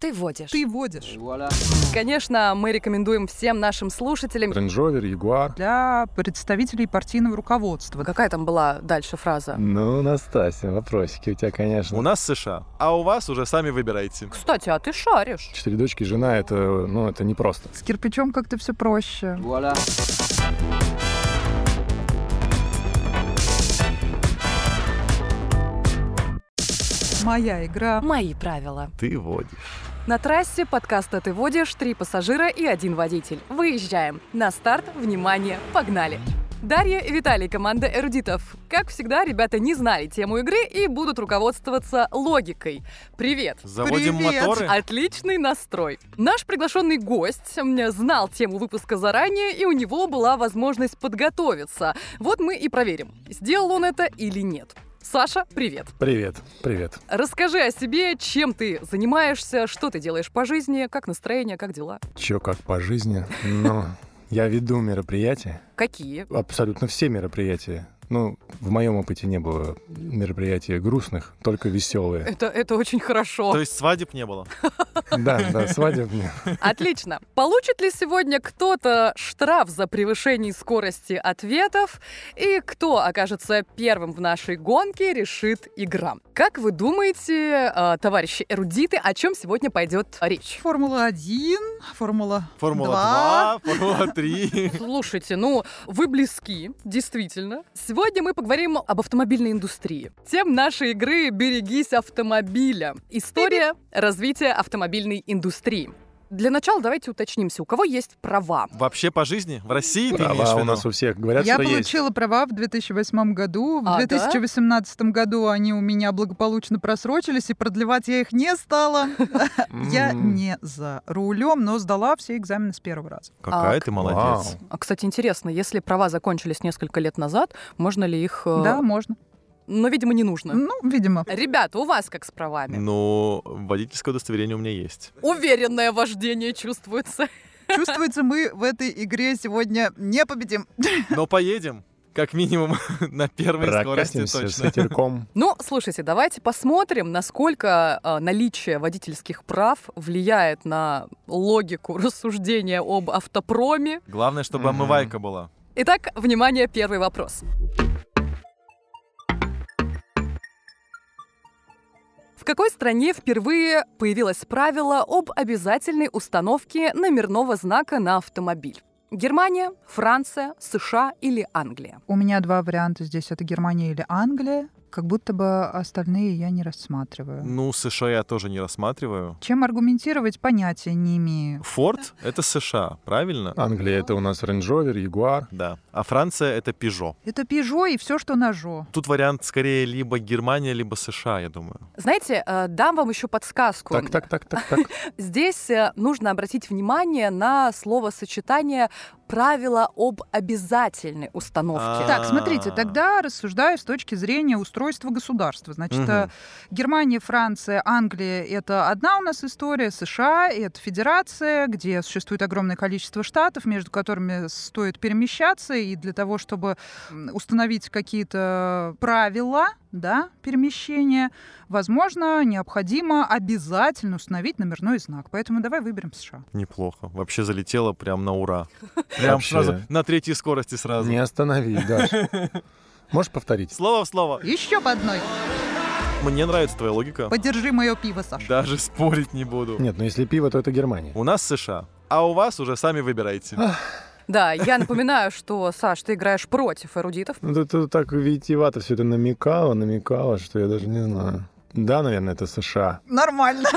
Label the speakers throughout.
Speaker 1: Ты водишь.
Speaker 2: Ты водишь.
Speaker 1: Конечно, мы рекомендуем всем нашим слушателям.
Speaker 3: Рейндж-ровер, Ягуар.
Speaker 2: Для представителей партийного руководства.
Speaker 1: Какая там была дальше фраза?
Speaker 3: Ну, Настасья, вопросики у тебя, конечно.
Speaker 4: У нас США, а у вас уже сами выбирайте.
Speaker 1: Кстати, а ты шаришь.
Speaker 3: Четыре дочки, жена, это, ну, это непросто.
Speaker 2: С кирпичом как-то все проще. Моя игра.
Speaker 1: Мои правила.
Speaker 4: Ты водишь.
Speaker 1: На трассе подкаста «Ты водишь» три пассажира и один водитель. Выезжаем. На старт, внимание, погнали. Дарья и Виталий, команда эрудитов. Как всегда, ребята не знали тему игры и будут руководствоваться логикой. Привет!
Speaker 4: Заводим
Speaker 2: Привет.
Speaker 4: моторы.
Speaker 1: Отличный настрой. Наш приглашенный гость м, знал тему выпуска заранее, и у него была возможность подготовиться. Вот мы и проверим, сделал он это или нет. Саша, привет.
Speaker 3: Привет, привет.
Speaker 1: Расскажи о себе, чем ты занимаешься, что ты делаешь по жизни, как настроение, как дела.
Speaker 3: Чё как по жизни? Ну, я веду мероприятия,
Speaker 1: Какие?
Speaker 3: абсолютно все мероприятия. Ну, в моем опыте не было мероприятий грустных, только веселые.
Speaker 1: Это, это очень хорошо.
Speaker 4: То есть свадеб не было?
Speaker 3: Да, да, свадеб мне.
Speaker 1: Отлично. Получит ли сегодня кто-то штраф за превышение скорости ответов? И кто окажется первым в нашей гонке, решит игра. Как вы думаете, э, товарищи эрудиты, о чем сегодня пойдет речь?
Speaker 2: Формула-1, Формула...
Speaker 4: Формула 2, Формула 3.
Speaker 1: Слушайте, ну, вы близки, действительно. Сегодня мы поговорим об автомобильной индустрии. Тем нашей игры «Берегись автомобиля». История развития автомобильной индустрии. Для начала давайте уточнимся, у кого есть права.
Speaker 4: Вообще по жизни? В России ты имеешь
Speaker 3: Права
Speaker 4: в
Speaker 3: у
Speaker 4: виду?
Speaker 3: нас у всех говорят,
Speaker 2: Я
Speaker 3: что есть.
Speaker 2: получила права в 2008 году. В
Speaker 1: А, да?
Speaker 2: 2018 году они у меня благополучно просрочились, и продлевать я их не стала. Я
Speaker 3: М,
Speaker 2: не за рулем, но сдала все экзамены с первого раза.
Speaker 4: Какая
Speaker 1: А,
Speaker 4: ты
Speaker 3: Вау.
Speaker 4: молодец.
Speaker 1: А, кстати, интересно, если права закончились несколько лет назад, можно ли их... э,
Speaker 2: Да, можно.
Speaker 1: Но, видимо, не нужно.
Speaker 2: Ну, видимо.
Speaker 1: Ребята, у вас как с правами?
Speaker 4: Ну, водительское удостоверение у меня есть.
Speaker 1: Уверенное вождение чувствуется.
Speaker 2: Чувствуется, мы в этой игре сегодня не победим.
Speaker 4: Но поедем, как минимум, на первой скорости
Speaker 3: Прокатимся с
Speaker 4: точно.
Speaker 3: ветерком.
Speaker 1: Ну, слушайте, давайте посмотрим, насколько э, наличие водительских прав влияет на логику рассуждения об автопроме.
Speaker 4: Главное, чтобы
Speaker 3: Мгм.
Speaker 4: омывайка была.
Speaker 1: Итак, внимание, первый вопрос. В какой стране впервые появилось правило об обязательной установке номерного знака на автомобиль? Германия, Франция, США или Англия?
Speaker 2: У меня два варианта здесь. Это Германия или Англия. Как будто бы остальные я не рассматриваю.
Speaker 4: Ну, США я тоже не рассматриваю.
Speaker 2: Чем аргументировать, понятия не имею.
Speaker 4: Форд — это США, правильно?
Speaker 3: Англия — это у нас Рейндж-ровер, Ягуар.
Speaker 4: Да. А Франция — это Пежо.
Speaker 2: Это Пежо и все, что ножо.
Speaker 4: Тут вариант скорее либо Германия, либо США, я думаю.
Speaker 1: Знаете, э, дам вам еще подсказку.
Speaker 3: Так, так, так, так, так.
Speaker 1: Здесь э, нужно обратить внимание на словосочетание «правило об обязательной установке».
Speaker 4: А.
Speaker 2: Так, смотрите, тогда рассуждаю с точки зрения устройства государства. Значит, э,
Speaker 4: Мгм.
Speaker 2: Германия, Франция, Англия — это одна у нас история, США — это федерация, где существует огромное количество штатов, между которыми стоит перемещаться, и для того, чтобы м, установить какие-то правила да, перемещения, возможно, необходимо обязательно установить номерной знак. Поэтому давай выберем США.
Speaker 4: Неплохо. Вообще залетело прям на ура. Прям
Speaker 3: Вообще.
Speaker 4: сразу на третьей скорости сразу.
Speaker 3: Не останови, Даш. Можешь повторить?
Speaker 4: Слово в слово.
Speaker 2: Еще по одной.
Speaker 4: Мне нравится твоя логика.
Speaker 2: Подержи мое пиво, Саша.
Speaker 4: Даже спорить не буду.
Speaker 3: Нет, ну если пиво, то это Германия.
Speaker 4: У нас США, а у вас уже сами выбирайте.
Speaker 3: А.
Speaker 1: Да, я напоминаю, что, Саш, ты играешь против эрудитов.
Speaker 3: Ну, ты, ты так витиевато все это намекала, намекала, что я даже не знаю. Да, наверное, это США.
Speaker 2: Нормально.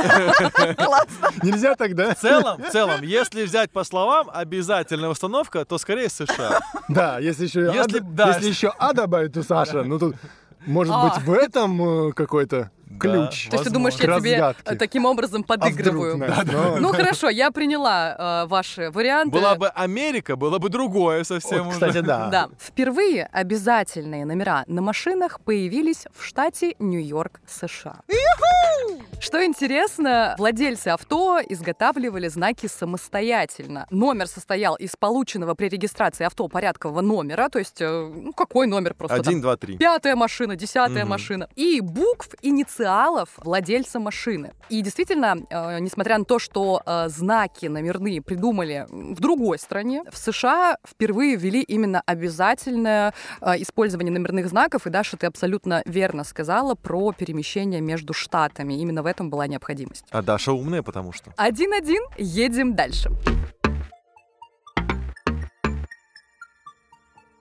Speaker 2: Классно.
Speaker 3: Нельзя тогда?
Speaker 4: В целом, в целом, если взять по словам обязательная установка, то скорее США.
Speaker 3: Да, если еще и А-
Speaker 4: Если б- да.
Speaker 3: если еще А добавит, то Саша. Ну тут, может
Speaker 1: А.
Speaker 3: быть, в этом э, какой-то ключ.
Speaker 1: То есть ты думаешь,
Speaker 3: Возможно.
Speaker 1: я тебе э,
Speaker 3: Разгадки.
Speaker 1: таким образом
Speaker 3: А вдруг,
Speaker 1: подыгрываю?
Speaker 3: Настя? Ну,
Speaker 1: Ну хорошо, я приняла э, ваши варианты.
Speaker 4: Была бы Америка, было бы другое совсем
Speaker 3: вот,
Speaker 4: уже.
Speaker 3: кстати, да.
Speaker 1: Да. Впервые обязательные номера на машинах появились в штате Нью-Йорк, США. Что интересно, владельцы авто изготавливали знаки самостоятельно. Номер состоял из полученного при регистрации авто порядкового номера, то есть, э, ну, какой номер просто там
Speaker 5: Один, два, три.
Speaker 1: пятая машина, десятая
Speaker 5: Мгм.
Speaker 1: машина. И букв инициалов владельца машины. И действительно, э, несмотря на то, что э, знаки номерные придумали в другой стране, в США впервые ввели именно обязательное э, использование номерных знаков. И Даша, ты абсолютно верно сказала про перемещение между штатами. Именно в этом была необходимость.
Speaker 4: А Даша умная, потому что.
Speaker 1: 1-1, едем дальше.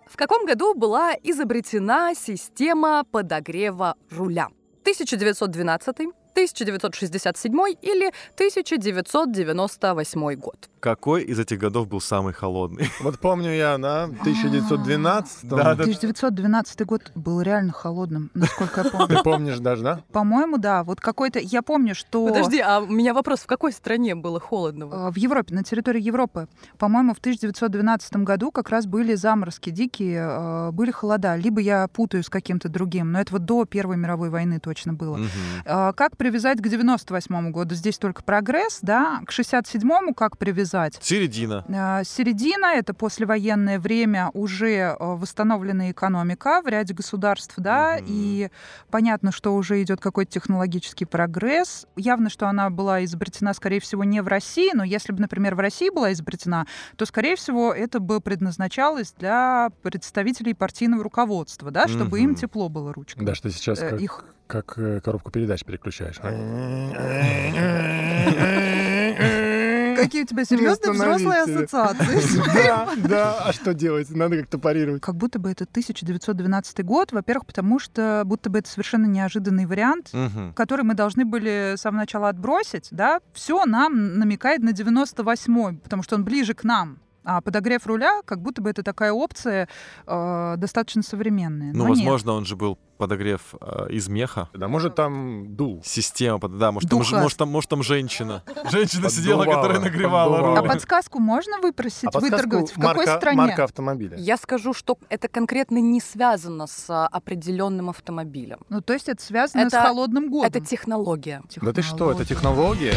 Speaker 1: В каком году была изобретена система подогрева руля? 1912, 1967 или 1998 год?
Speaker 4: Какой из этих годов был самый холодный?
Speaker 3: Вот помню я, да, 1912
Speaker 4: Да-да.
Speaker 2: 1912 год был реально холодным, насколько я помню.
Speaker 3: Ты помнишь даже, да?
Speaker 2: По-моему, да. Вот какой-то... Я помню, что...
Speaker 1: Подожди, а у меня вопрос, в какой стране было холодно?
Speaker 2: э, В Европе, на территории Европы, по-моему, в 1912 году как раз были заморозки дикие, э, были холода. Либо я путаю с каким-то другим, но это вот до Первой мировой войны точно было.
Speaker 4: Мгм.
Speaker 2: А, Как привязать к 98 году? Здесь только прогресс, да? К 67-му как привязать?
Speaker 4: Середина.
Speaker 2: А, Середина — это послевоенное время, уже э, восстановленная экономика в ряде государств, да,
Speaker 4: Мгм.
Speaker 2: и понятно, что уже идет какой-то технологический прогресс. Явно, что она была изобретена, скорее всего, не в России, но если бы, например, в России была изобретена, то, скорее всего, это бы предназначалось для представителей партийного руководства, да, чтобы им
Speaker 4: Мгм.
Speaker 2: тепло было ручкой.
Speaker 3: Да, что сейчас
Speaker 2: Э,
Speaker 3: как,
Speaker 2: Их
Speaker 3: как, э, коробку передач переключаешь.
Speaker 2: Какие у тебя серьезные взрослые
Speaker 3: Остановите.
Speaker 2: ассоциации.
Speaker 3: Да, да, а что делать? Надо как-то парировать.
Speaker 2: Как будто бы это 1912 год, во-первых, потому что будто бы это совершенно неожиданный вариант,
Speaker 4: Мгм.
Speaker 2: который мы должны были с самого начала отбросить, да, все нам намекает на 98-й, потому что он ближе к нам. А подогрев руля, как будто бы это такая опция э, достаточно современная.
Speaker 4: Ну,
Speaker 2: Но нет.
Speaker 4: возможно, он же был подогрев э, из меха.
Speaker 3: Да, может, там дул.
Speaker 4: Система, под- да, может, там, ж-
Speaker 2: Духа.
Speaker 4: может, там, может, там женщина. Женщина сидела,
Speaker 3: Поддувала,
Speaker 4: которая нагревала
Speaker 3: поддувала.
Speaker 2: А
Speaker 4: руль.
Speaker 2: подсказку можно выпросить, выторговать? В какой
Speaker 3: А марка,
Speaker 2: стране?
Speaker 3: марка автомобиля.
Speaker 1: Я скажу, что это конкретно не связано с а, определенным автомобилем.
Speaker 2: Ну, то есть это связано
Speaker 1: Это-
Speaker 2: с холодным годом.
Speaker 1: Это технология.
Speaker 3: Да ты что, это технология?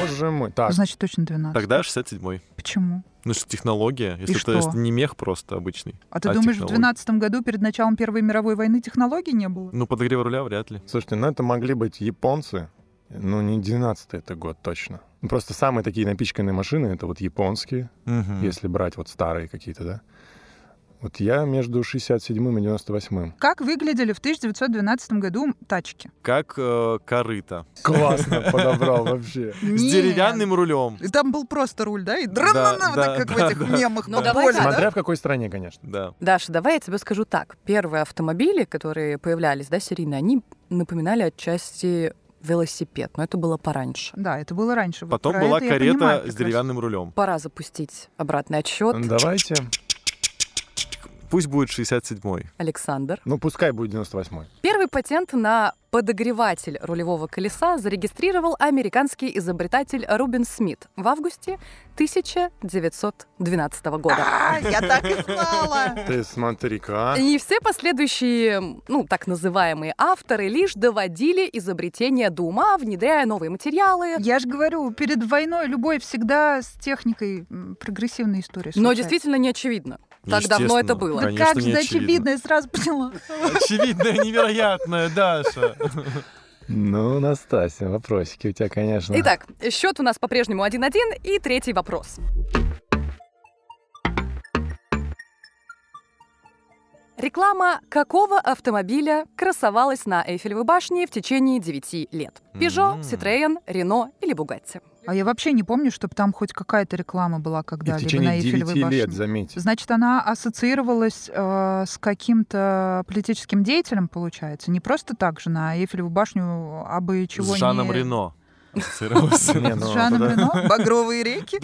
Speaker 3: Боже мой. Так,
Speaker 2: Значит, точно 12.
Speaker 4: Тогда 67-й.
Speaker 2: Почему?
Speaker 4: Ну, что технология, если это,
Speaker 2: что?
Speaker 4: если не мех просто обычный.
Speaker 2: А ты
Speaker 4: А
Speaker 2: думаешь, в
Speaker 4: технологии?
Speaker 2: 12 году перед началом Первой мировой войны технологий не было?
Speaker 4: Ну, подогрева руля вряд ли.
Speaker 3: слушайте, ну это могли быть японцы. Ну, не 12-й это год точно. Ну, Просто самые такие напичканные машины — это вот японские, если брать вот старые какие-то, да. Вот я между 67-м и 98-м.
Speaker 2: Как выглядели в 1912 году тачки?
Speaker 4: Как э, корыто.
Speaker 3: Классно подобрал вообще.
Speaker 4: С деревянным рулем.
Speaker 2: И там был просто руль, да? И
Speaker 4: дрын-ны-ны, вот так,
Speaker 2: как
Speaker 4: как в
Speaker 2: в
Speaker 4: этих
Speaker 2: этих мемах.
Speaker 1: Ну, давай так,
Speaker 3: Смотря в какой стране, конечно.
Speaker 4: Да.
Speaker 1: Даша, давай я тебе скажу так. Первые автомобили, которые появлялись, да, серийные, они напоминали отчасти велосипед, но это было пораньше.
Speaker 2: Да, это было раньше. Вот
Speaker 4: Потом
Speaker 2: про
Speaker 4: была
Speaker 2: это я
Speaker 4: карета
Speaker 2: понимаю
Speaker 4: с
Speaker 2: прекрасно.
Speaker 4: деревянным рулем.
Speaker 1: Пора запустить обратный отсчет.
Speaker 3: Давайте.
Speaker 4: Пусть будет 67-й.
Speaker 1: Александр.
Speaker 3: Ну, пускай будет 98-й.
Speaker 1: Первый патент на подогреватель рулевого колеса зарегистрировал американский изобретатель Рубин Смит в августе 1912 года.
Speaker 2: А, я так и знала.
Speaker 3: Ты смотри-ка. а.
Speaker 1: И все последующие, ну, так называемые авторы лишь доводили изобретение до ума, внедряя новые материалы,
Speaker 2: Я же говорю, перед войной любой всегда с техникой м, прогрессивной истории.
Speaker 1: но
Speaker 2: случается.
Speaker 1: действительно не очевидно. Так давно это
Speaker 4: Естественно.
Speaker 1: было.
Speaker 2: Да
Speaker 4: Конечно,
Speaker 2: как
Speaker 4: не
Speaker 2: же очевидно, я сразу поняла.
Speaker 4: Очевидное, невероятное, Даша.
Speaker 3: Ну, Настасья, вопросики у тебя, конечно.
Speaker 1: Итак, счет у нас по-прежнему 1-1 и третий вопрос. Реклама какого автомобиля красовалась на Эйфелевой башне в течение 9 лет? Peugeot,
Speaker 4: М.
Speaker 1: Citroёn, Renault или Bugatti?
Speaker 2: А я вообще не помню, чтобы там хоть какая-то реклама была
Speaker 3: И в
Speaker 2: когда-либо на
Speaker 3: течение
Speaker 2: Эйфелевой
Speaker 3: 9
Speaker 2: башне.
Speaker 3: лет, заметьте.
Speaker 2: Значит, она ассоциировалась э, с каким-то политическим деятелем, получается. Не просто так же на Эйфелеву башню, а бы чего
Speaker 4: С Жаном
Speaker 2: не...
Speaker 4: Рено. ассоциировался.
Speaker 3: Не,
Speaker 2: С
Speaker 3: ну,
Speaker 2: Жаном
Speaker 3: подо-
Speaker 2: Рено? Багровые реки?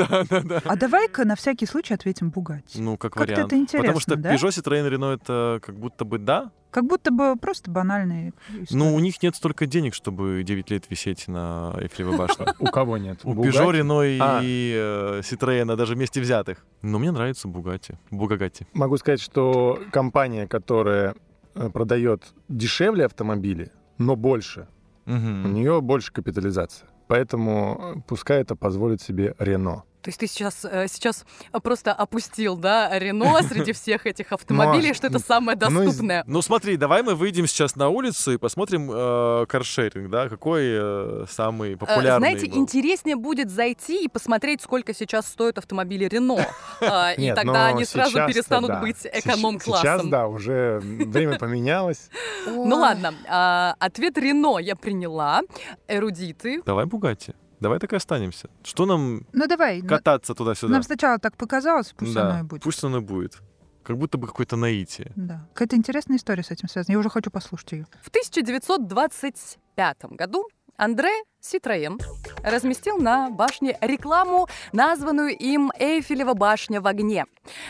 Speaker 2: А давай-ка на всякий случай ответим Бугатти.
Speaker 4: Ну, как
Speaker 2: Как-то это
Speaker 4: вариант. Потому
Speaker 2: интересно,
Speaker 4: что
Speaker 2: да?
Speaker 4: Peugeot, Citroёn, Renault это как будто бы да.
Speaker 2: Как будто бы просто банальные
Speaker 4: Но
Speaker 2: истории.
Speaker 4: Ну, у них нет столько денег, чтобы 9 лет висеть на Эйфелевой башне.
Speaker 3: У кого нет?
Speaker 4: У
Speaker 3: Bugatti?
Speaker 4: Peugeot, Renault
Speaker 3: А.
Speaker 4: и э, Citroёn даже вместе взятых. Но мне нравится Бугати. Бугагати.
Speaker 3: Могу сказать, что компания, которая э, продает дешевле автомобили, но больше. У
Speaker 5: Мгм.
Speaker 3: нее больше капитализация. Поэтому э, пускай это позволит себе Рено.
Speaker 1: То есть ты сейчас, э, сейчас просто опустил, да, Рено среди всех этих автомобилей,
Speaker 3: а
Speaker 1: что это
Speaker 3: что-
Speaker 1: самое
Speaker 3: ну, из-
Speaker 1: доступное.
Speaker 4: Ну смотри, давай мы выйдем сейчас на улицу и посмотрим э, каршеринг, да, какой э, самый
Speaker 1: Э,
Speaker 4: популярный.
Speaker 1: Знаете,
Speaker 4: был.
Speaker 1: интереснее будет зайти и посмотреть, сколько сейчас стоят автомобили Рено. Э, И
Speaker 3: Нет,
Speaker 1: тогда
Speaker 3: но
Speaker 1: они сразу
Speaker 3: сейчас-то
Speaker 1: перестанут
Speaker 3: да.
Speaker 1: быть
Speaker 3: Сеч- Сейчас,
Speaker 1: эконом-классом.
Speaker 3: да, уже время поменялось.
Speaker 1: Ну ладно, а, ответ Рено я приняла. Эрудиты.
Speaker 4: Давай Бугати. Давай так и останемся. Что нам
Speaker 2: Ну давай, на-
Speaker 4: кататься туда-сюда?
Speaker 2: нам сначала так показалось, пусть
Speaker 4: Да,
Speaker 2: оно и будет.
Speaker 4: Пусть оно и будет. Как будто бы какое-то наитие.
Speaker 2: Да. Какая-то интересная история с этим связана. Я уже хочу послушать ее.
Speaker 1: В 1925 году Андре Ситроен разместил на башне рекламу, названную им «Эйфелева башня в огне».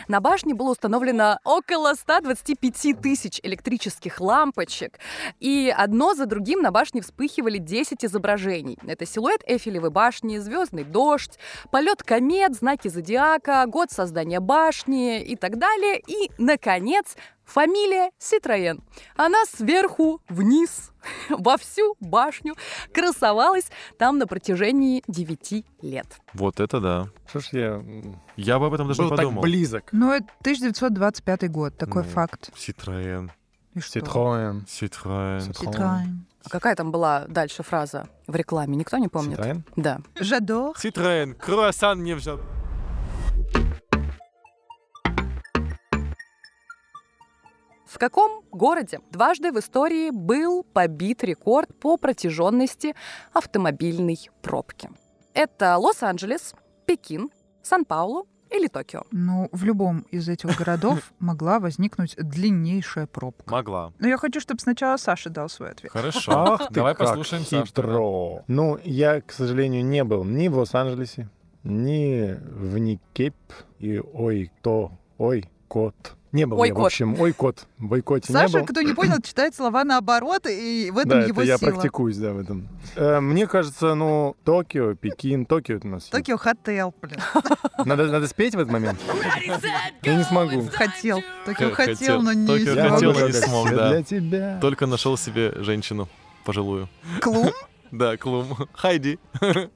Speaker 1: На башне было установлено около 125 тысяч электрических лампочек, и одно за другим на башне вспыхивали 10 изображений. Это силуэт Эйфелевой башни, звездный дождь, полет комет, знаки зодиака, год создания башни и так далее. И, наконец, фамилия Ситроен. Она сверху вниз во всю башню красовалась там на протяжении 9 лет.
Speaker 4: Вот это да.
Speaker 3: Что ж я м,
Speaker 4: Я бы об этом даже
Speaker 3: был
Speaker 4: не
Speaker 3: так
Speaker 4: подумал.
Speaker 3: близок.
Speaker 2: Ну, это 1925 год, такой
Speaker 4: Ну.
Speaker 2: факт.
Speaker 4: Ситроен,
Speaker 2: И что?
Speaker 3: Ситроен.
Speaker 4: Ситроен.
Speaker 2: Citroën.
Speaker 1: А какая там была дальше фраза в рекламе? Никто не помнит?
Speaker 3: Ситроен?
Speaker 1: Да.
Speaker 2: J'adore.
Speaker 4: Ситроен, круассан мне взял.
Speaker 1: В каком городе дважды в истории был побит рекорд по протяженности автомобильной пробки? Это Лос-Анджелес, Пекин, Сан-Паулу или Токио?
Speaker 2: Ну, в любом из этих городов могла возникнуть длиннейшая пробка.
Speaker 4: Могла.
Speaker 2: Но я хочу, чтобы сначала Саша дал свой ответ.
Speaker 4: Хорошо.
Speaker 3: Ах ты
Speaker 4: Давай
Speaker 3: как
Speaker 4: послушаем Саш, что там.
Speaker 3: хитро. Ну, я, к сожалению, не был ни в Лос-Анджелесе, ни в Никейп и ой, то, ой, кот. Не был
Speaker 1: Ой,
Speaker 3: я, в
Speaker 1: кот.
Speaker 3: общем, ой, кот, в бойкоте не
Speaker 2: Саша,
Speaker 3: был.
Speaker 2: кто не понял, читает слова наоборот, и в этом
Speaker 3: Да,
Speaker 2: его
Speaker 3: это я
Speaker 2: сила.
Speaker 3: практикуюсь, да, в этом. Э, Мне кажется, ну, Токио, Пекин, Токио это у нас.
Speaker 2: Токио Хотел, блин.
Speaker 3: есть. Надо, надо спеть в этот момент? Я не смогу.
Speaker 2: Хотел. Токио
Speaker 4: Х-
Speaker 2: хотел,
Speaker 4: хотел.
Speaker 2: но не
Speaker 4: Токио
Speaker 3: Я
Speaker 4: хотел,
Speaker 2: смог.
Speaker 4: но не
Speaker 3: много
Speaker 4: смог,
Speaker 3: всего
Speaker 4: да.
Speaker 3: Для тебя.
Speaker 4: Только нашел себе женщину пожилую.
Speaker 2: Клум?
Speaker 4: Да, Клум. Хайди.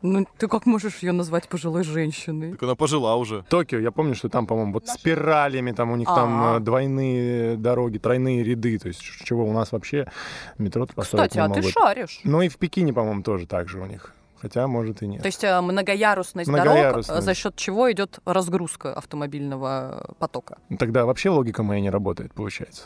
Speaker 1: Ну, ты как можешь ее назвать пожилой женщиной?
Speaker 4: Так она пожила уже.
Speaker 3: Токио, я помню, что там, по-моему, вот спиралями, там у них там
Speaker 1: А.
Speaker 3: э, двойные дороги, тройные ряды, то есть ч- чего у нас вообще метро построить
Speaker 1: Кстати,
Speaker 3: не
Speaker 1: а ты
Speaker 3: могут.
Speaker 1: шаришь.
Speaker 3: Ну и в Пекине, по-моему, тоже так же у них. Хотя, может, и нет.
Speaker 1: То есть э, многоярусность, дорог, э,
Speaker 3: Многоярусность.
Speaker 1: за счет чего идет разгрузка автомобильного э, потока.
Speaker 3: Ну, Тогда вообще логика моя не работает, получается.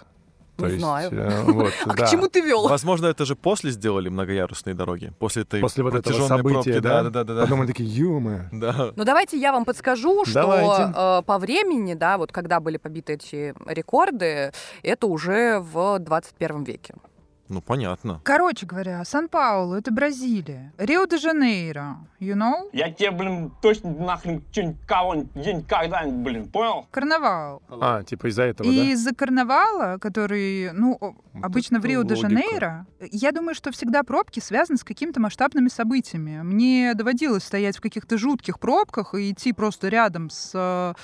Speaker 3: То
Speaker 1: Не
Speaker 3: есть,
Speaker 1: знаю.
Speaker 3: э, вот,
Speaker 1: А
Speaker 3: да.
Speaker 1: к чему ты вел?
Speaker 4: Возможно, это же после сделали многоярусные дороги. После этой
Speaker 3: После вот этого
Speaker 4: протяжённой
Speaker 3: события,
Speaker 4: пробки.
Speaker 3: да?
Speaker 4: Да, да, да.
Speaker 3: Подумали такие, юмы.
Speaker 4: Да.
Speaker 1: Ну давайте я вам подскажу,
Speaker 3: Давайте.
Speaker 1: что э, по времени, да, вот когда были побиты эти рекорды, это уже в 21 веке.
Speaker 4: Ну, понятно.
Speaker 2: Короче говоря, Сан-Паулу — это Бразилия. Рио-де-Жанейро, you know?
Speaker 6: Я тебе, блин, точно нахрен что-нибудь кого-нибудь где-нибудь когда-нибудь, блин, понял?
Speaker 2: Карнавал.
Speaker 3: А, типа из-за этого,
Speaker 2: И
Speaker 3: да?
Speaker 2: из-за карнавала, который, ну, о-
Speaker 3: Вот
Speaker 2: обычно в
Speaker 3: это
Speaker 2: Рио-де-Жанейро, я думаю, что всегда пробки связаны с какими-то масштабными событиями. Мне доводилось стоять в каких-то жутких пробках и идти просто рядом с э,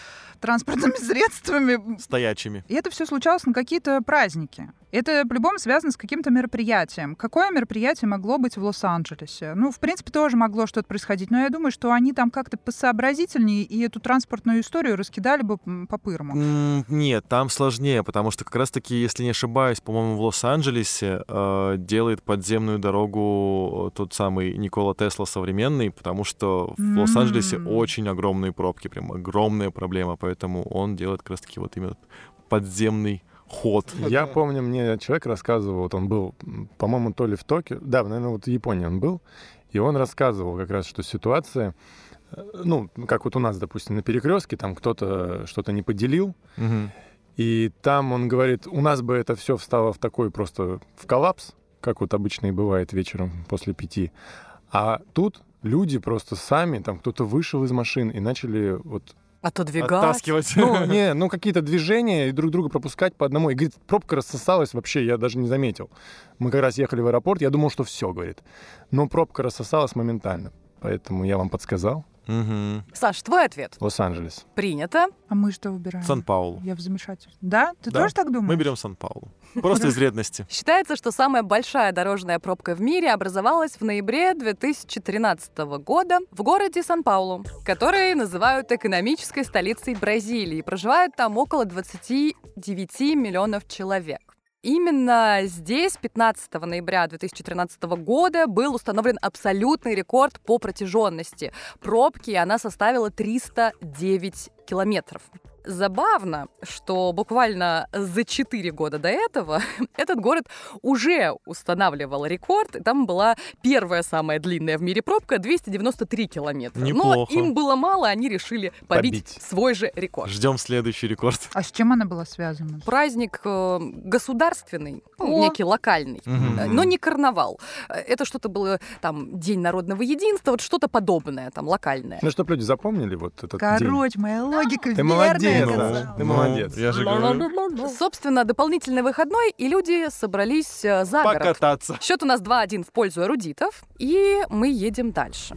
Speaker 2: транспортными средствами.
Speaker 4: Стоячими.
Speaker 2: И это все случалось на какие-то праздники. Это по-любому связано с каким-то мероприятием. Какое мероприятие могло быть в Лос-Анджелесе? Ну, в принципе, тоже могло что-то происходить, но я думаю, что они там как-то посообразительнее и эту транспортную историю раскидали бы м, по пырму.
Speaker 4: М, Нет, там сложнее, потому что как раз-таки, если не ошибаюсь, по-моему, в Лос-Анджелесе э, делает подземную дорогу э, тот самый Никола Тесла современный, потому что в
Speaker 2: М.
Speaker 4: Лос-Анджелесе очень огромные пробки, прям огромная проблема, поэтому он делает как раз-таки вот именно подземный ход.
Speaker 3: Я помню, мне человек рассказывал, вот он был, м, по-моему, то ли в Токио, да, наверное, вот в Японии он был, и он рассказывал как раз, что ситуация, э, ну, как вот у нас, допустим, на перекрестке, там кто-то что-то не поделил,
Speaker 4: Мгм.
Speaker 3: И там он говорит, у нас бы это все встало в такой просто в коллапс, как вот обычно и бывает вечером после пяти. А тут люди просто сами, там кто-то вышел из машин и начали вот...
Speaker 1: Отодвигать.
Speaker 4: Оттаскивать.
Speaker 3: Ну, не, ну какие-то движения и друг друга пропускать по одному. И говорит, пробка рассосалась вообще, я даже не заметил. Мы как раз ехали в аэропорт, я думал, что все, говорит. Но пробка рассосалась моментально. Поэтому я вам подсказал.
Speaker 4: Мгм.
Speaker 1: Саш, твой ответ.
Speaker 3: Лос-Анджелес.
Speaker 1: Принято.
Speaker 2: А мы что выбираем?
Speaker 4: Сан-Паулу.
Speaker 2: Я в замешательстве. Да? Ты
Speaker 4: Да.
Speaker 2: тоже так думаешь?
Speaker 4: Мы берем Сан-Паулу. Просто из вредности.
Speaker 1: Считается, что самая большая дорожная пробка в мире образовалась в ноябре 2013 года в городе Сан-Паулу, который называют экономической столицей Бразилии. Проживают там около 29 миллионов человек. Именно здесь 15 ноября 2013 года был установлен абсолютный рекорд по протяженности. Пробки и она составила 309 километров. Забавно, что буквально за 4 года до этого этот город уже устанавливал рекорд. и Там была первая самая длинная в мире пробка 293 километра.
Speaker 4: Неплохо.
Speaker 1: Но им было мало, они решили побить,
Speaker 3: Побить.
Speaker 1: свой же рекорд.
Speaker 4: Ждем следующий рекорд.
Speaker 2: А с чем она была связана?
Speaker 1: Праздник э, государственный, ну,
Speaker 2: О.
Speaker 1: некий локальный.
Speaker 4: Мгм.
Speaker 1: Э, Но не карнавал. Э, Это что-то было, там, День народного единства, вот что-то подобное, там, локальное.
Speaker 3: Ну, чтоб люди запомнили вот этот день.
Speaker 2: Короче, моя логика
Speaker 3: Ты
Speaker 2: верная
Speaker 3: молодец,
Speaker 2: оказалась.
Speaker 3: Саша. Ты молодец.
Speaker 4: ну Я же говорю.
Speaker 1: Собственно, дополнительный выходной, и люди собрались э, за город.
Speaker 4: Покататься.
Speaker 1: Счет у нас 2-1 в пользу эрудитов, и мы едем дальше.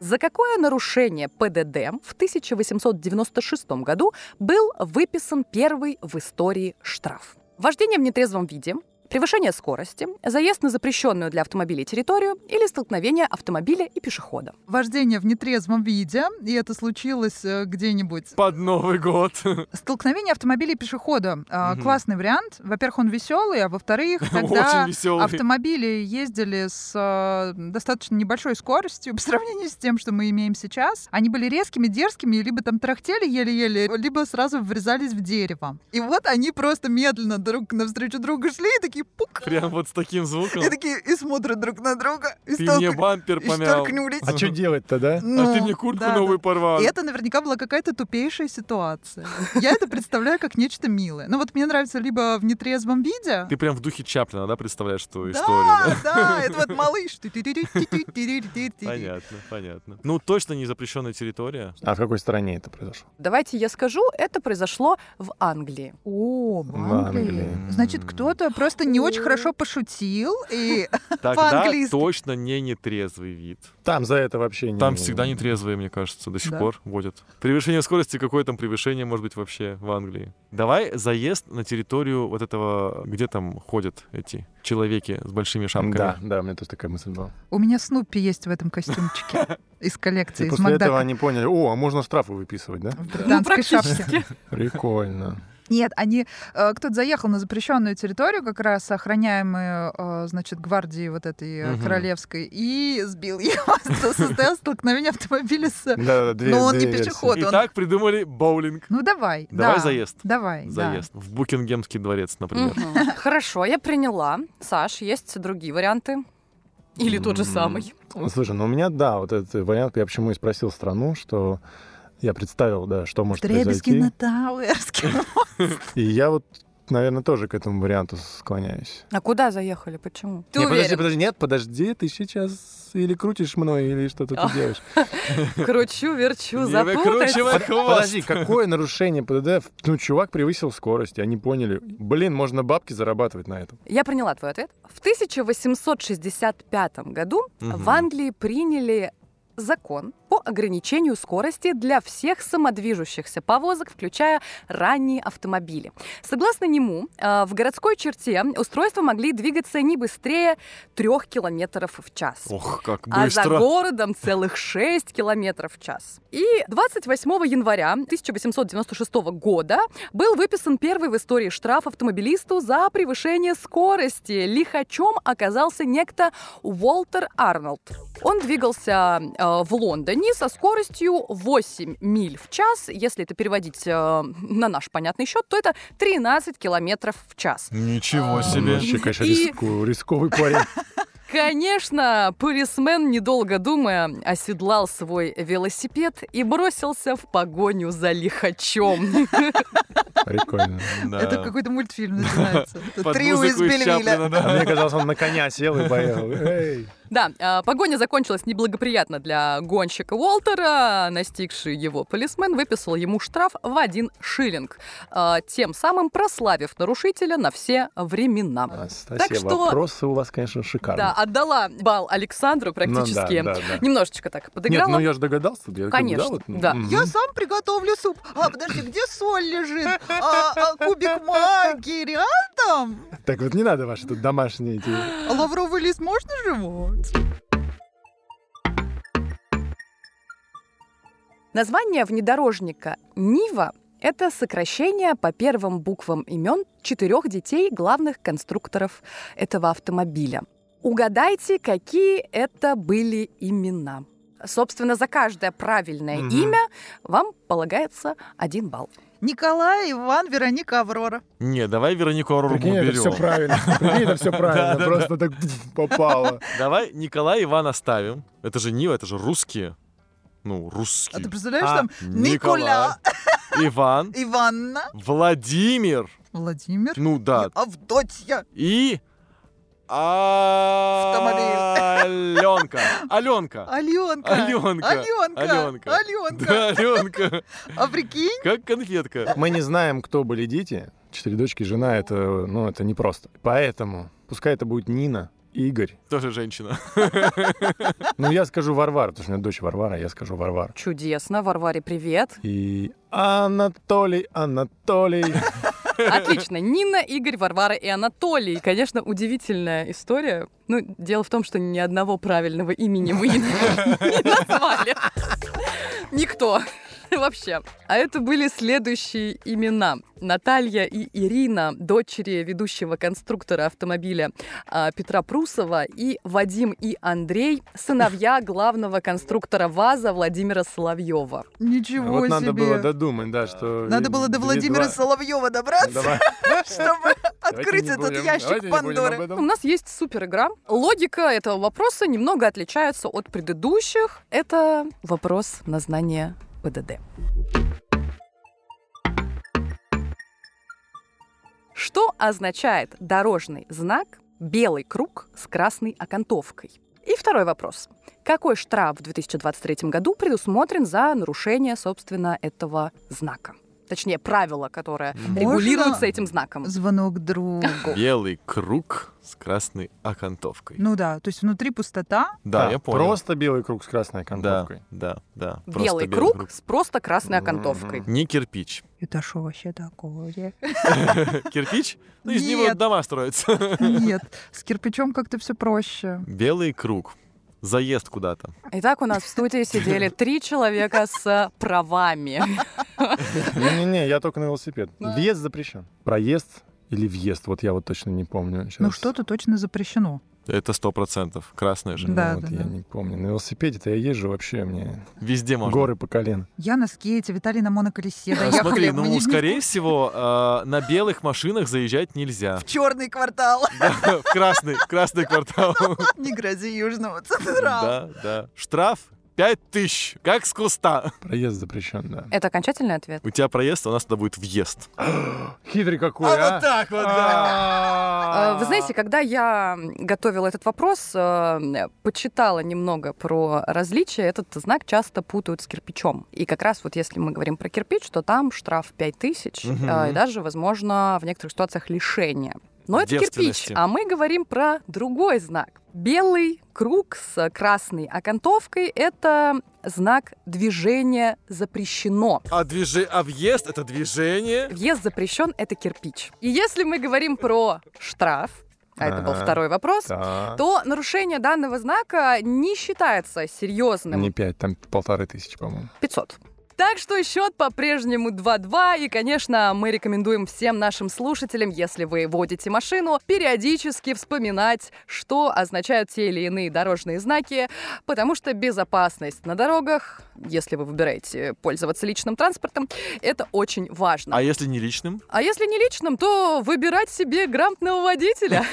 Speaker 1: За какое нарушение ПДД в 1896 году был выписан первый в истории штраф? Вождение в нетрезвом виде, превышение скорости, заезд на запрещенную для автомобилей территорию или столкновение автомобиля и пешехода.
Speaker 2: Вождение в нетрезвом виде, и это случилось э, где-нибудь
Speaker 4: Под Новый год.
Speaker 2: Столкновение автомобиля и пешехода. А,
Speaker 4: Хм. Мгм.
Speaker 2: Классный вариант. Во-первых, он веселый, а во-вторых,
Speaker 4: Очень
Speaker 2: тогда
Speaker 4: веселый.
Speaker 2: автомобили ездили с э, достаточно небольшой скоростью по сравнению с тем, что мы имеем сейчас. Они были резкими, дерзкими, и либо там трахтели еле-еле, либо сразу врезались в дерево. И вот они просто медленно друг навстречу другу шли и такие пук,
Speaker 4: Прям вот с таким звуком.
Speaker 2: и такие и смотрят друг на друга, и,
Speaker 4: Ты
Speaker 2: столк-
Speaker 4: мне бампер
Speaker 2: и
Speaker 4: помял.
Speaker 2: столкнулись.
Speaker 3: А что делать-то, да?
Speaker 4: А
Speaker 2: Ну,
Speaker 4: ты мне куртку
Speaker 2: да, да,
Speaker 4: новую порвал.
Speaker 2: и это наверняка была какая-то тупейшая ситуация. Я это представляю как нечто милое. Ну вот мне нравится либо в нетрезвом виде.
Speaker 4: Ты прям в духе Чаплина, да, представляешь эту историю?
Speaker 2: Да, да, это вот малыш.
Speaker 4: да? Понятно, понятно. Ну, точно не запрещенная территория.
Speaker 3: А в какой стране это произошло?
Speaker 1: Давайте я скажу, это произошло в Англии.
Speaker 2: О, в
Speaker 3: В Англии.
Speaker 2: Англии. Значит, кто-то просто не очень хорошо пошутил. И
Speaker 4: Тогда
Speaker 2: По-английски.
Speaker 4: точно не нетрезвый вид.
Speaker 3: Там за это вообще не...
Speaker 4: Там всегда нетрезвые, мне кажется, до сих
Speaker 2: Да.
Speaker 4: пор водят. Превышение скорости, какое там превышение может быть вообще в Англии? Давай заезд на территорию вот этого, где там ходят эти человеки с большими шапками.
Speaker 3: Да, да, у меня тоже такая мысль была.
Speaker 2: у меня Снупи есть в этом костюмчике из коллекции,
Speaker 3: И
Speaker 2: из
Speaker 3: после этого
Speaker 2: Макдака.
Speaker 3: они поняли, о, а можно штрафы выписывать, да?
Speaker 2: В британской шапке.
Speaker 3: Прикольно.
Speaker 2: Нет, они э, кто-то заехал на запрещенную территорию, как раз охраняемые, э, значит, гвардии вот этой э,
Speaker 4: Мгм.
Speaker 2: королевской, и сбил его. Состоялось столкновение автомобиля с...
Speaker 3: Да, да, две-
Speaker 2: Но Ну, он не
Speaker 3: две версии.
Speaker 2: пешеход. Вот
Speaker 4: И
Speaker 2: он.
Speaker 4: так придумали боулинг.
Speaker 2: Ну давай.
Speaker 4: Давай
Speaker 2: да,
Speaker 4: заезд.
Speaker 2: Давай. да.
Speaker 4: Заезд в Букингемский дворец, например.
Speaker 1: Мгм. Хорошо, я приняла. Саш, есть другие варианты? Или тот же
Speaker 4: М.
Speaker 1: самый?
Speaker 3: Ну, Слушай, ну у меня, да, вот этот вариант, я почему и спросил страну, что я представил, да, что может
Speaker 2: Дребезги
Speaker 3: произойти.
Speaker 2: на Тауэрске.
Speaker 3: И я вот, наверное, тоже к этому варианту склоняюсь.
Speaker 1: А куда заехали? Почему? Ты
Speaker 3: Не, подожди,
Speaker 1: уверен?
Speaker 3: подожди, нет, подожди, ты сейчас или крутишь мной, или что-то
Speaker 1: А.
Speaker 3: ты делаешь.
Speaker 1: Кручу, верчу,
Speaker 4: Не
Speaker 1: запутать.
Speaker 4: выкручивай хвост.
Speaker 3: Подожди, какое нарушение ПДД? Ну, чувак превысил скорость, они поняли. Блин, можно бабки зарабатывать на этом.
Speaker 1: Я приняла твой ответ. В 1865 году
Speaker 4: Мгм.
Speaker 1: в Англии приняли закон по ограничению скорости для всех самодвижущихся повозок, включая ранние автомобили. Согласно нему, э, в городской черте устройства могли двигаться не быстрее 3 километров в час.
Speaker 4: Ох, как
Speaker 1: А за
Speaker 4: быстро.
Speaker 1: городом целых 6 километров в час. И 28 января 1896 года был выписан первый в истории штраф автомобилисту за превышение скорости. Лихачом оказался некто Уолтер Арнольд. Он двигался э, в Лондоне со скоростью 8 миль в час. Если это переводить э, на наш понятный счет, то это 13 километров в час.
Speaker 4: Ничего
Speaker 1: А,
Speaker 4: себе.
Speaker 3: Вообще, конечно,
Speaker 1: И-
Speaker 3: риску- рисковый парень.
Speaker 1: Конечно, полисмен, недолго думая, оседлал свой велосипед и бросился в погоню за лихачом.
Speaker 3: Прикольно.
Speaker 4: Да.
Speaker 2: Это какой-то мультфильм начинается. Это
Speaker 4: Под
Speaker 2: Трио из
Speaker 4: музыку из
Speaker 2: Бельвилля.
Speaker 4: Чаплина, да.
Speaker 3: А Мне казалось, он на коня сел и поехал. Эй,
Speaker 1: Да, э, погоня закончилась неблагоприятно для гонщика Уолтера. Настигший его полисмен выписал ему штраф в один шиллинг, э, тем самым прославив нарушителя на все времена.
Speaker 3: Анастасия,
Speaker 1: Так что-
Speaker 3: А, вопросы у вас, конечно, шикарные.
Speaker 1: Да, отдала бал Александру практически.
Speaker 3: Ну да, да, да.
Speaker 1: Немножечко так
Speaker 3: Нет,
Speaker 1: подыграла.
Speaker 3: ну я же догадался. Я как бы,
Speaker 1: Конечно,
Speaker 3: вот, ну,
Speaker 1: да.
Speaker 3: мгм.
Speaker 2: Я сам приготовлю суп. А, подожди, где соль лежит? А, а, кубик магии рядом?
Speaker 3: Так вот не надо ваши тут домашние эти...
Speaker 2: А лавровый лист можно жевать?
Speaker 1: Название внедорожника «Нива» — это сокращение по первым буквам имен четырех детей главных конструкторов этого автомобиля. Угадайте, какие это были имена. Собственно, за каждое правильное
Speaker 3: Мгм.
Speaker 1: имя вам полагается один балл.
Speaker 2: Николай, Иван, Вероника, Аврора.
Speaker 4: Не, давай Веронику Аруру
Speaker 3: Прикинь, это все
Speaker 4: уберем.
Speaker 3: правильно. Прикинь, это все
Speaker 4: Да, да,
Speaker 3: правильно. Просто так попало.
Speaker 4: Давай Николая и Ивана оставим. Это же Нива, это же русские. Ну, русские.
Speaker 2: А ты представляешь,
Speaker 4: А,
Speaker 2: там Никола,
Speaker 4: Иван,
Speaker 2: Иванна,
Speaker 4: Владимир.
Speaker 2: Владимир,
Speaker 4: Ну да.
Speaker 2: Авдотья.
Speaker 4: И Аленка.
Speaker 2: Аленка.
Speaker 4: Аленка. Аленка,
Speaker 2: Аленка.
Speaker 4: Аленка.
Speaker 2: Аленка.
Speaker 4: Да, Аленка.
Speaker 2: А прикинь?
Speaker 4: Как конфетка.
Speaker 3: Мы не знаем, кто были дети. Четыре дочки, жена, это, ну, это непросто. Поэтому, пускай это будет Нина, Игорь.
Speaker 4: Тоже женщина.
Speaker 3: Ну, я скажу Варвара, потому что у меня дочь Варвара, я скажу Варвара.
Speaker 1: Чудесно, Варваре привет.
Speaker 3: И Анатолий, Анатолий.
Speaker 1: Отлично. Нина, Игорь, Варвара и Анатолий. Конечно, удивительная история. Ну, дело в том, что ни одного правильного имени вы не не назвали. Никто. Вообще. А это были следующие имена. Наталья и Ирина, дочери ведущего конструктора автомобиля а, Петра Прусова, и Вадим и Андрей, сыновья главного конструктора ВАЗа Владимира Соловьева.
Speaker 2: Ничего
Speaker 3: Вот
Speaker 2: себе.
Speaker 3: надо было додумать, да, что...
Speaker 2: Надо было до
Speaker 3: две-
Speaker 2: Владимира
Speaker 3: два-
Speaker 2: Соловьева добраться,
Speaker 3: Давай,
Speaker 2: чтобы
Speaker 3: давайте
Speaker 2: открыть
Speaker 3: не
Speaker 2: этот
Speaker 3: будем- давайте
Speaker 2: ящик
Speaker 3: не будем об
Speaker 2: Пандоры.
Speaker 3: этом.
Speaker 1: У нас есть супер игра. Логика этого вопроса немного отличается от предыдущих. Это вопрос на знание ПДД. Что означает дорожный знак «белый круг с красной окантовкой»? И второй вопрос. Какой штраф в 2023 году предусмотрен за нарушение, собственно, этого знака? Точнее, правило, которое регулируется этим знаком.
Speaker 2: Звонок другу.
Speaker 4: Белый круг с красной окантовкой.
Speaker 2: Ну да, то есть внутри пустота.
Speaker 4: Да,
Speaker 3: Да,
Speaker 4: я понял.
Speaker 3: Просто белый круг с красной
Speaker 4: Да,
Speaker 3: окантовкой.
Speaker 4: да, да. Просто
Speaker 1: белый круг, с просто красной окантовкой.
Speaker 3: Мгм.
Speaker 4: Не кирпич.
Speaker 2: Это что вообще такое?
Speaker 4: Кирпич? Ну, из него
Speaker 2: Нет.
Speaker 4: дома строятся.
Speaker 2: Нет, с кирпичом как-то все проще.
Speaker 4: Белый круг. Заезд куда-то.
Speaker 1: Итак, у нас в студии сидели три человека с правами.
Speaker 3: Не-не-не, я только на велосипед. Въезд запрещен. Проезд или въезд, вот я вот точно не помню.
Speaker 2: Ну
Speaker 3: сейчас.
Speaker 2: что-то точно запрещено.
Speaker 4: Это сто процентов. Красная же.
Speaker 3: Ну,
Speaker 2: Да,
Speaker 3: вот
Speaker 2: да,
Speaker 3: я
Speaker 2: да.
Speaker 3: не помню. На велосипеде-то я езжу вообще, мне
Speaker 4: Везде можно.
Speaker 3: горы по колено.
Speaker 2: Я на скейте, Виталий на моноколесе.
Speaker 4: А,
Speaker 2: доехали.
Speaker 4: Смотри,
Speaker 2: Мы не-
Speaker 4: ну,
Speaker 2: не
Speaker 4: скорее всего, э, на белых машинах заезжать нельзя.
Speaker 2: В черный квартал.
Speaker 4: Да, В красный, в красный квартал.
Speaker 2: Не грози южного центра.
Speaker 4: Да, да. Штраф пять тысяч, как с куста.
Speaker 3: Проезд запрещен, да.
Speaker 1: Это окончательный ответ?
Speaker 4: У тебя проезд, а у нас туда будет въезд.
Speaker 3: Хитрый какой,
Speaker 4: А вот так вот, да. А,
Speaker 1: Э, Вы знаете, когда я готовила этот вопрос, э, почитала немного про различия. Этот знак часто путают с кирпичом. И как раз вот если мы говорим про кирпич, то там штраф 5000
Speaker 4: Мгм.
Speaker 1: э, и даже, возможно, в некоторых ситуациях лишение. Но это кирпич,
Speaker 4: Девственности.
Speaker 1: а мы говорим про другой знак. Белый круг с красной окантовкой – это знак движения запрещено.
Speaker 4: А, движи... а въезд — это движение.
Speaker 1: Въезд запрещен – это кирпич. И если мы говорим про штраф, а это был
Speaker 3: Ага.
Speaker 1: второй вопрос,
Speaker 3: Да.
Speaker 1: то нарушение данного знака не считается серьезным.
Speaker 3: Не пять, там полторы тысячи, по-моему.
Speaker 1: 500. Так что счет по-прежнему 2-2, и, конечно, мы рекомендуем всем нашим слушателям, если вы водите машину, периодически вспоминать, что означают те или иные дорожные знаки, потому что безопасность на дорогах, если вы выбираете пользоваться личным транспортом, это очень важно.
Speaker 4: А если не личным?
Speaker 1: А если не личным, то выбирать себе грамотного водителя.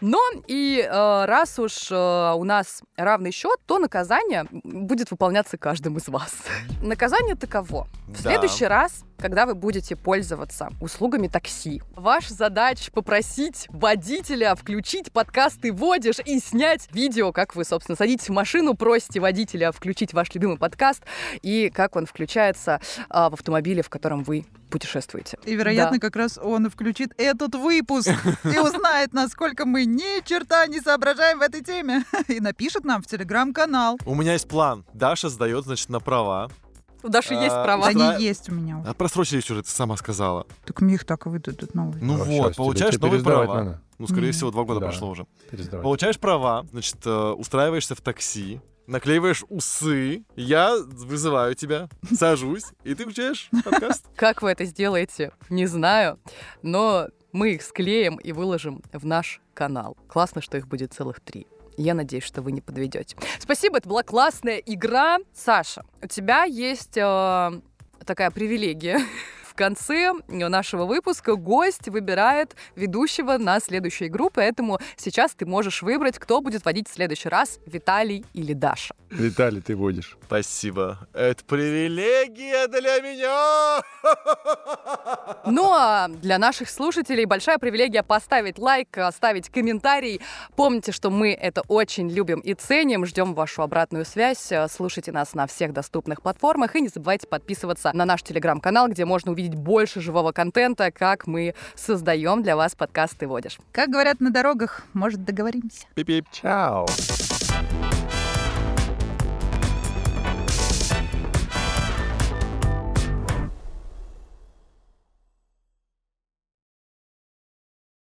Speaker 1: Но и э, раз уж э, у нас равный счет, то наказание будет выполняться каждым из вас. Указание таково. В
Speaker 4: Да.
Speaker 1: следующий раз, когда вы будете пользоваться услугами такси, ваша задача попросить водителя включить подкаст «Ты водишь» и снять видео, как вы, собственно, садитесь в машину, просите водителя включить ваш любимый подкаст и как он включается а, в автомобиле, в котором вы путешествуете.
Speaker 2: И, вероятно,
Speaker 1: Да.
Speaker 2: как раз он и включит этот выпуск и узнает, насколько мы ни черта не соображаем в этой теме. И напишет нам в телеграм-канал.
Speaker 4: У меня есть план. Даша сдает, значит, на права.
Speaker 1: У Даши есть
Speaker 4: А,
Speaker 1: права.
Speaker 4: Устра-
Speaker 2: Они есть у меня уже.
Speaker 4: А просрочились уже, ты сама сказала.
Speaker 2: Так мне их так и выдадут новые.
Speaker 3: О,
Speaker 4: Ну
Speaker 3: А щас,
Speaker 4: вот,
Speaker 3: тебе-
Speaker 4: получаешь
Speaker 3: тебе
Speaker 4: новые
Speaker 3: пересдавать
Speaker 4: права.
Speaker 3: надо.
Speaker 4: Ну, скорее
Speaker 2: Мгм.
Speaker 4: всего, два года
Speaker 3: Да.
Speaker 4: прошло уже.
Speaker 3: Пересдавать.
Speaker 4: Получаешь права, значит, э, устраиваешься в такси, наклеиваешь усы, я вызываю тебя, сажусь, и ты включаешь подкаст.
Speaker 1: Как вы это сделаете, не знаю, но мы их склеим и выложим в наш канал. Классно, что их будет целых три. Я надеюсь, что вы не подведете. Спасибо, это была классная игра. Саша, у тебя есть э, такая привилегия. В конце нашего выпуска гость выбирает ведущего на следующую игру, поэтому сейчас ты можешь выбрать, кто будет водить в следующий раз, Виталий или Даша.
Speaker 3: Виталий, ты водишь.
Speaker 4: Спасибо. Это привилегия для меня!
Speaker 1: Ну а для наших слушателей большая привилегия поставить лайк, оставить комментарий. Помните, что мы это очень любим и ценим. Ждем вашу обратную связь. Э, Слушайте нас на всех доступных платформах. И не забывайте подписываться на наш телеграм-канал, где можно увидеть больше живого контента, как мы создаем для вас подкаст «Ты водишь».
Speaker 2: Как говорят на дорогах, может договоримся.
Speaker 4: Пип-пип.
Speaker 3: Чао.